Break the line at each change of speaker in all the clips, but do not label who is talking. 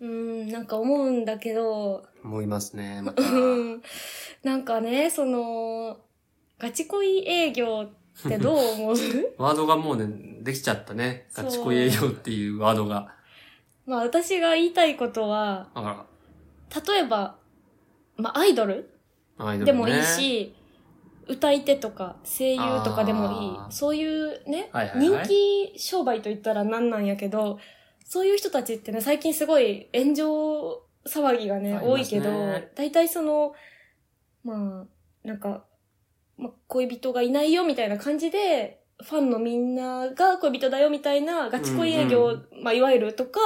うん、なんか思うんだけど、
思います ね、また。
うんなんかね、その、ガチ恋営業ってどう思う
ワードがもうね、できちゃったね。
そう
ガチ恋営業っていうワードが。
まあ私が言いたいことは、
だか
例えば、まあアイドル
ら、アイド
で
ル、ね、
もいい、し、歌い手とか声優とかでも
あ
い
ー
い。そういうね、
はいはいはい
人気商売と言ったらなんなんやけど、そういう人たちってね、最近すごい炎上騒ぎがね、
あり
多
ますね
いけど、大体その、まあ、なんか、まあ、恋人がいないよみたいな感じで、ファンのみんなが恋人だよみたいなガチ恋営業、
うん
まあ、いわゆるとか、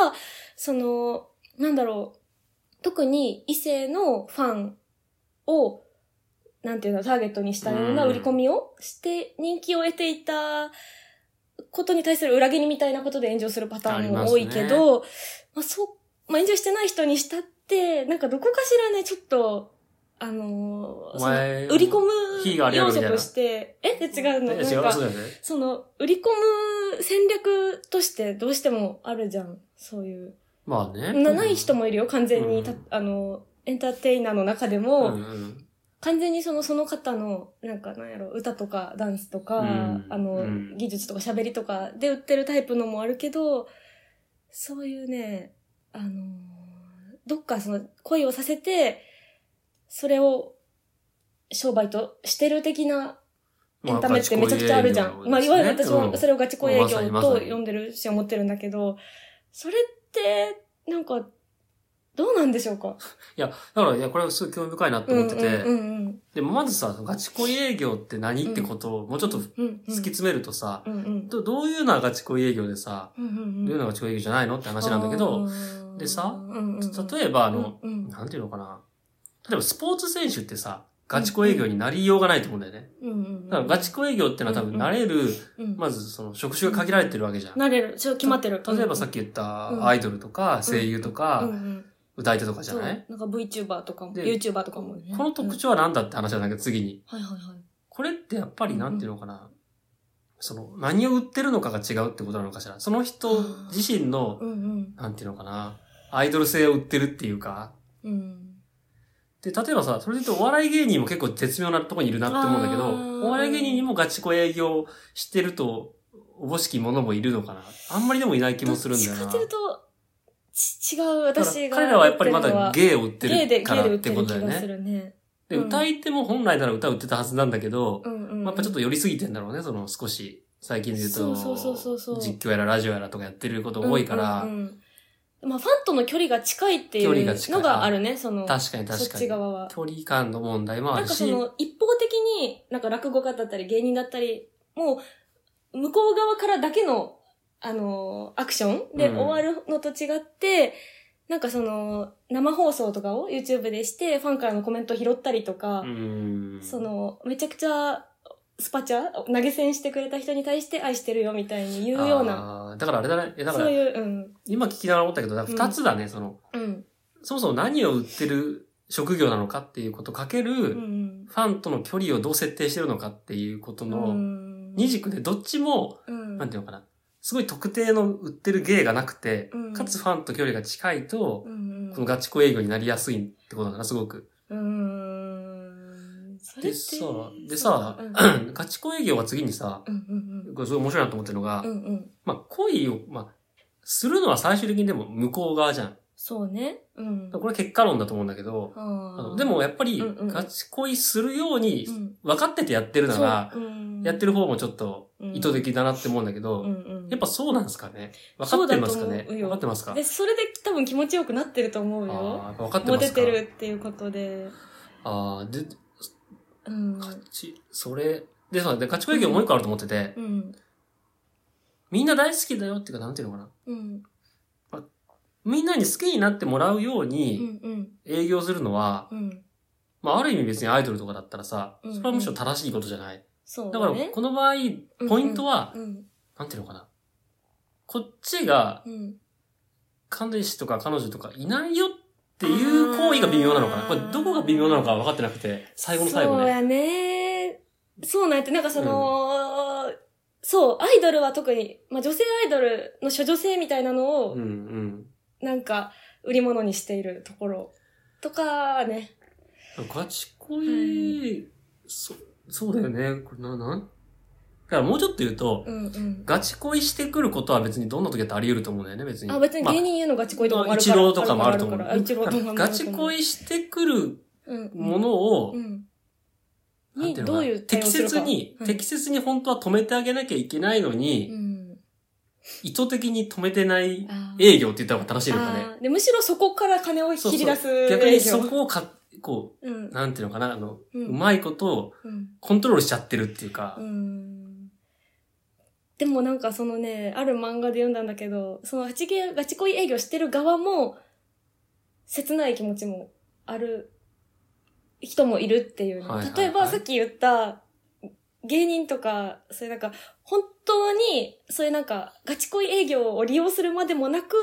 その、なんだろう、特に異性のファンを、なんていうの、ターゲットにしたような
うん
売り込みをして、人気を得ていたことに対する裏切りみたいなことで炎上するパターンも多いけど、まあ、そう、まあ、炎上してない人にしたって、なんかどこかしらね、ちょっと、あのー
お前
その売り込
非があ
む
るや
要
ろみた
素
いな
として、え違うの
え違う、
な
そ
ん
う
か
だ、よね。
その、売り込む戦略としてどうしてもあるじゃん。そういう。
まあね。
なない人もいるよ、完全に。
うん
たあの、エンターテイナーの中でも、
うんうん
完全にその、その方の、なんか、なんやろ、歌とか、ダンスとか、
うん
あの、
うん
技術とか喋りとかで売ってるタイプのもあるけど、そういうね、あのーどっかその、恋をさせて、それを、商売としてる的なエ
ま
ンタメってめちゃくちゃあるじゃん。まあ、いわゆる私もそ
れ、
れをガチ恋営業
うんまさにま
と
さに
呼んでるし思ってるんだけど、それって、なんか、どうなんでしょうか
だから、いや、これはすごい興味深いなと思ってて、
うんうん
でもまずさ、ガチ恋営業って何、ってことをもうちょっと突
うんうん。うん
き詰めるとさ、
うんうん。
どどういうのはガチ恋営業でさ、
うんうん
どういうのがガチ恋営業じゃないのって話なんだけど、、でさ例えば、あ
ば
の、、
うん
なんていうのかな。例えばスポーツ選手ってさ、ガチ恋営業になりようがないと思うんだよね。
うん、
だからガチ恋営業ってのは多分慣れる、
うん、
まずその職種が限られてるわけじゃん。
なれる、そう決まってる。
例えばさっ
き
き言ったアイドルとか声優とか歌い手とかじゃない、
なんか VTuber とかも、
で
YouTuber とかもね。
この特徴は何だって話なんだけど、次に。
うん。はいはいはい。
これってやっぱりなんていうのかな、その、何を売ってるのかが違うってことなのかしら。その人自身の、
うんうん。
なんていうのかな、アイドル性を売ってるっていうか。
うん。
で、例えばさ、それで言うとお笑い芸人も結構絶妙なとこにいるなって思うんだけ
あ
ど、
ー
お笑い芸人にもガチ恋営業してると、おぼしき者もいるのかな。あんまりでもいない気もするんだよ
ど
な。
っちかというと、ち違う、
だから
私が。
彼らはやっぱりま
ー
だ芸を売って
ゲイで、
る
ゲ
か
イ
ら
で売
っ
って
てこ
る
とだ
気
よ
がす
ね。
るね。
で、
うん
歌い手も本来なら歌を売ってたはずなんだけど、
うんうんうん。
やっぱちょっと寄りすぎてんだろうね、その少し。最近で言うと、
そうそうそうそうそう
実況やらラジオやらとかやってること多いから、
うんうんうんまあ、ファンとの距離が近いってい
距離が
う
近い
のがあるね、その、
確かに確
そ
か
っ
に。
ち
距
側は。
離感の問題もあ
なん
る
かそ
し、
の、一方的に、なんか落語家だったり芸人だったり、もう、向こう側からだけの、あのーアクションで
うん
終わるのと違って、なんかその、生放送とかを YouTube でして、ファンからのコメント拾ったりとか、
うん
その、めちゃくちゃ、スパチャ投げ銭してくれた人に対して愛してるよみたいに言うような、
あーだからあれだね、いやだか
そう
ら
いう、うん。
今聞きながら思ったけど、だから二つだね、その、
うん。
そもそも何を売ってる職業なのかっていうことかける、
うんう
フ
ん。
ァンとの距離をどう設定してるのかっていうこと
う
の、
ん
二軸でどっちも、
うん
なんていうのかな、すごい特定の売ってる芸がなくて
うん、
かつファンと距離が近いと、
うんうん
このガチ恋営業になりやすいってことだな、すごく。
うーんそれ
で
って
さ、でさ
そう、か
ガチ恋営業は次にさ、
うんうん
これすごい面白いなと思ってるのが
うんう、んうん
まあ恋を、まあ、するのは最終的にでも向こう側じゃん。
そうねうん
これ結果論だと思うんだけど、あ
あ
の
ー
でもやっぱり
うんうん
ガチ恋するように
うん
分かっててやってるなら、
そううん
やってる方もちょっと意図的だなって思うんだけ
う
ど、
んうん
やっぱそうなんですかね分かってますかね
そうだと思うよ
分かってますか
でそれで多分気持ちよくなってると思う
あー
よ
やっぱ分かって
モ
ま
テ
すか
てるっていうことで
ああ、で、
うん
ガチ、それ、でさ、で、ガチ恋営業もう一個あると思ってて、
うん
みんな大好きだよっていうか、なんていうのかな。
うん
みんなに好きになってもらうよう
う
に
んうん
営業するのは、
うん
まあ、ある意味別にアイドルとかだったらさ、
うん
それはむしろ正しいことじゃない。
そう
だから、
ね
この場合、ポイントは、
うん
なんていうのかな。こっちが、
うん
彼氏とか彼女とかいないよっていう行為が微妙なのかな。
あー
これ、どこが微妙なのか分かってなくて、最後の最後
そう
ね。
やね。そうなんやって、なんかその、そう、アイドルは特に、まあ女性アイドルの諸女性みたいなのを、
うんうん。
なんか、売り物にしているところとかね。
ガチ恋、そ、そうだよね。これな、なんだからもうちょっと言うと、
うんうん。
ガチ恋してくることは別にどんな時だってあり得ると思うんだよね、別に。
あ、別に芸人へのガチ恋とかもあるから。
まあ一郎とかもあると思う
から一郎とかもあると思う
ガチ恋してくるものを、
うんうん。
なん
に、
ていうの
ど
か
う
な
いう対応
適
するか
切に、
はい
適切に本当は止めてあげなきゃいけないのに、
うん。
意図的に止めてない
あー
営業って言った方が正しいのかね。
あーでむしろそこから金を
そう
切り出す
そう逆にそこをか、こ
うん
う、なんていうのかな、あの、
うん
うまいことを
うん
コントロールしちゃってるっていうか、
うんでもなんかそのね、ある漫画で読んだんだけど、そのガチゲガチ恋営業してる側も、切ない気持ちもある人もいるっていうね、
はいはいはい
例えばさっき言った芸人とか、そういうなんか、本当にそういうなんか、ガチ恋営業を利用するまでもなく、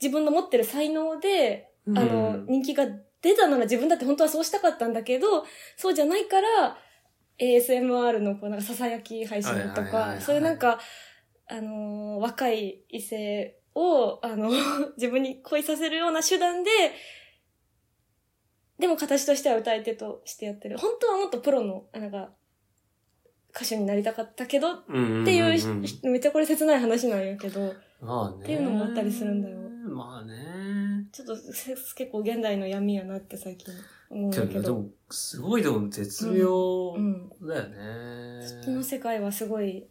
自分の持ってる才能で、
うん
あの、人気が出たなら自分だって本当はそうしたかったんだけど、そうじゃないから、ASMR のこうなんかささやき配信と
はいはいはいは
か、
い
そういうなんか、あのー若い異性を、あの、 自分に恋させるような手段で、でも形としては歌い手としてやってる。本当はもっとプロの、なんか、歌手になりたかったけど、っ
って
いう、めっちゃこれ切ない話なんやけど、
まあね。
っていうのもあったりするんだよ
まあね。
ちょっとせ結構現代の闇やなって最近思うん
け
だ
ど
け
ね、で
ど。
も、すごいでも絶妙
うん。
だよね。
この世界はすごい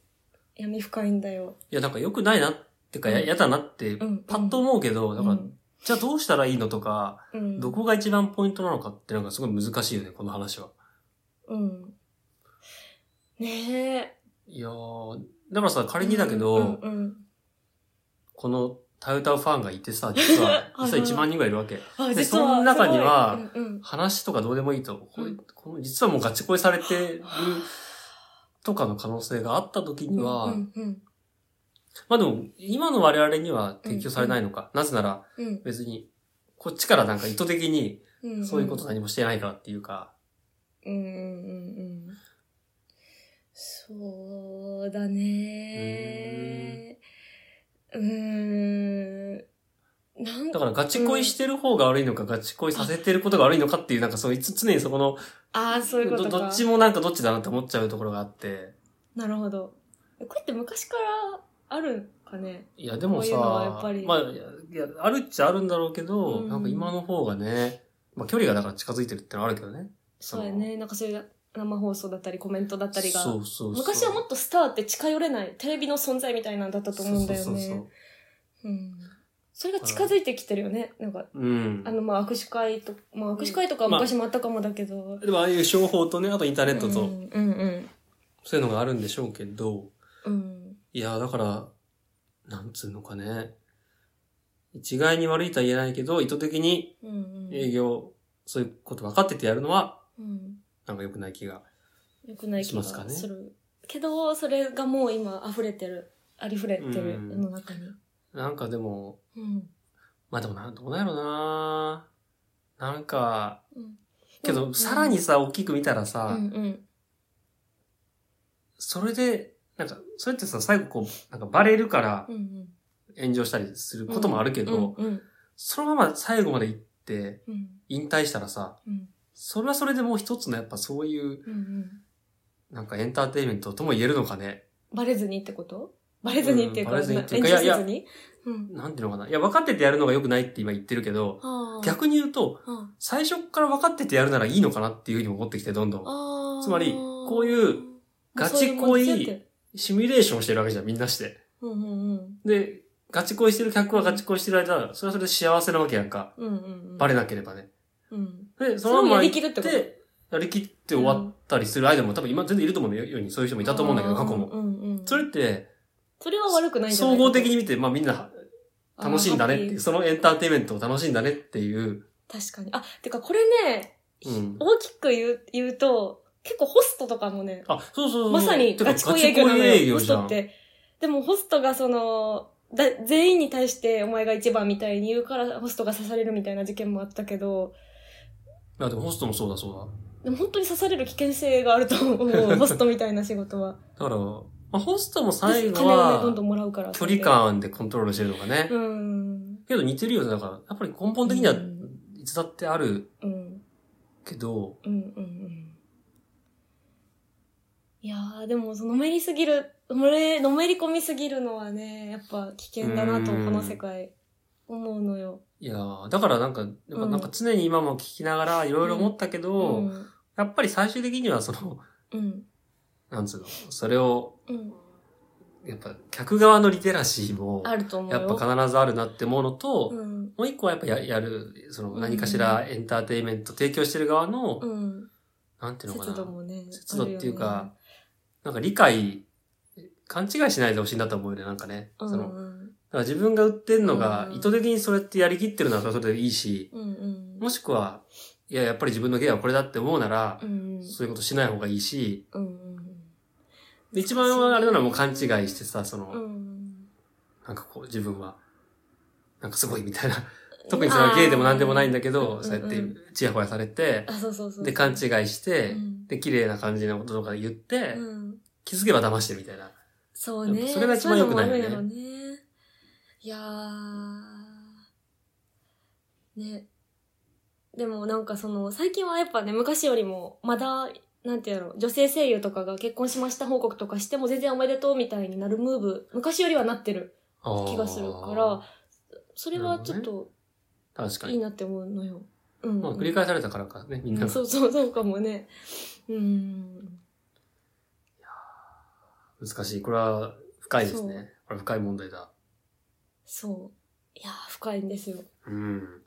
闇深いんだよ。
いや、なんか良くないなってか、や
うん
やだなって
うん、
パッと思うけど、だから、
うん
じゃあどうしたらいいのとか、
うん、
どこが一番ポイントなのかってなんかすごい難しいよね、この話は。
うん。ねえ。
いやー、だからさ、仮にだけど、
うんうんうん
この、タウタウファンがい てさ、実
はい
は、
はい
実は1万人ぐらいいるわけ。
あ
で
実は
その中には
すごいうんうん
話とかどうでもいいと、こう
うん
この実はもうガチ恋されてるとかの可能性があった時には、
うんうん
まあでも、今の我々には適用されないのか。なぜなら、
うん
別に、こっちからなんか意図的に、
うんうん
そういうこと何もしてないからっていうか、
うんうんうんうんそうだねうーんなん
だからガチ恋してる方が悪いのか、ガチ恋させてることが悪いのかっていう、なんかその、いつ常にそこの、
ああそういうこと
ど
か
どっちもなんかどっちだなって思っちゃうところがあって。
なるほどこれって昔からあるかね
いや、でもさ、
こういうのはやっぱり
まあ、いやいや、あるっちゃあるんだろうけど、
うん
なんか今の方がね、まあ距離がだから近づいてるってのはあるけどね。
そうやねなんかそういう生放送だったりコメントだったりが
そうそうそう。
昔はもっとスターって近寄れないテレビの存在みたいなんだったと思うんだよね
そうそうそうそ
う
う
んそれが近づいてきてるよね。なんか、
うん。
あの、まあ、握手会と、まあ、握手会とかは
まあ
昔もあったかもだけど。
でもああいう商法とね、あとインターネットと、
うんうん
そういうのがあるんでしょうけど、
うん。うん。
いや、だから、なんつうのかね。一概に悪いとは言えないけど、意図的に
うんうん。
営業、そういうこと分かっててやるのは、
うん。
なんか良くない気が。
よくない気が
しますかね
する。けど、それがもう今溢れてる。ありふれてる。
うん
世の中に。
なんかでも、
うん。
まあでもなん、どうなんやろななんか、
うん
け
う
ど、
ん
さらにさ、大きく見たら
う
さ、
んうん。
それで、なんか、それってさ、最後こう、なんかバレるから
うんうん。
炎上したりすることもあるけど、
うんうん。
そのまま最後まで行って、
うん
引退したらさ、
うん。
それはそれでもう一つのやっぱそういう、
うんうん。
なんかエンターテインメントとも言えるのかね。
バレずにってことバレずにっていうか、
うんバレずにっていうか
延長
いやいや
せずにうん。
なんていうのかな。いや、分かっててやるのが良くないって今言ってるけど、
あー
逆に言うと、
あー
最初から分かっててやるならいいのかなっていうふうにも思ってきて、どんどん。
あー
つまりこういうガチ恋
そういうもんですよって
シミュレーションしてるわけじゃん、みんなして。
うんうんうん。
で、ガチ恋してる客はガチ恋してる間、それはそれで幸せなわけやんか。
うんうんうん。
バレなければね。
うん。
で、
そ
そ
れ
の
を
ま
や
ま
り
行
きるっ
って
こと
て、やりきって終わったりする間も多分今全然いると思うよ、世にそういう人もいたと思うんだけど、過去も。
うんうんうん。
それって、
それは悪くないんじゃな
総
い
合的に見て、まあみんな楽しいんだねっていう、
あ
そのエンターテイメントを楽しいんだねっていう、
ー確かに。あ、てかこれね、
うん。
大きく言う言うと、結構ホストとかもね、
あ、そうそうそう。
まさに
てか
ガチ恋営業なの
ガチ恋営
よ、
業
ホス
じゃ
トっ
ん。
て。でもホストがその、だ全員に対してお前が一番みたいに言うからホストが刺されるみたいな事件もあったけど、
いや、でもホストもそうだそう
でも本当に刺される危険性があると思う、ホストみたいな仕事は。
だ。だから、まあ、ホストも最後
金をね、どん
は
どん、もらうから。
距離感でコントロールしてるのかね。
うん。
けど似てるよね。だから、やっぱり根本的には
うん
いつだってある
うん。
けど、
うんうんうん。いやー、でも、そののめりすぎる、のめり、のめり込みすぎるのはね、やっぱ危険だなと、こ
うん
の世界、思うのよ。
いやーだからなんか、やっぱなんか常に今も聞きながらいろいろ思ったけ
う
ど、
ん。
やっぱり最終的にはその、
うん。
なんつうの、それを、
うん。
やっぱ客側のリテラシーも、
あると思うよ。
やっぱ必ずあるなって思うのと、
うん。
もう一個はやっぱややる、その
うん
何かしらエンターテインメント提供してる側の、
うん。
なんていうのか
節
な、
度もね。
節度っていうか
あるよね、
なんか理解、勘違いしないでほしいんだと思うよね、なんかね。
うん
その、だ
うん
から自分が売ってんのが
う、ん
意図的にそれってやりきってるならそれはそれでいいし、
うんうん。
もしくは、いや、やっぱり自分の芸はこれだって思うなら
う、んうん
そういうことしない方がいいし、
うん
で一番はあれなのはもう勘違いしてさ、その、
うんうん
なんかこう自分は、なんかすごいみたいな。 特にそれはゲイでも何でもないんだけ
あ
ど、
ー
そうやって
うんうん
ちやほやされて、
あ、そうそうそう。
で、勘違いして
う、ん
で、綺麗な感じのこととか言って、
うん。
気づけば騙してみたいな。
そうね。
それが一番良くないよね
そううのもあるんやろね。いやー。ね。でもなんかその、最近はやっぱね、昔よりも、まだ、なんていうの、女性声優とかが結婚しました報告とかしても全然おめでとうみたいになるムーブ、昔よりはなってる。気がするからそれはちょっと
ら、確か
いい
に。
なって思うのよ。うん。
まあ、繰り返されたからかね、みんな
うん
が。
そうそう、そうかもね。うん。
難しい。これは深いです
そ
ね。これ深い問題だ。
そう。いやー、深いんですよ。
うん。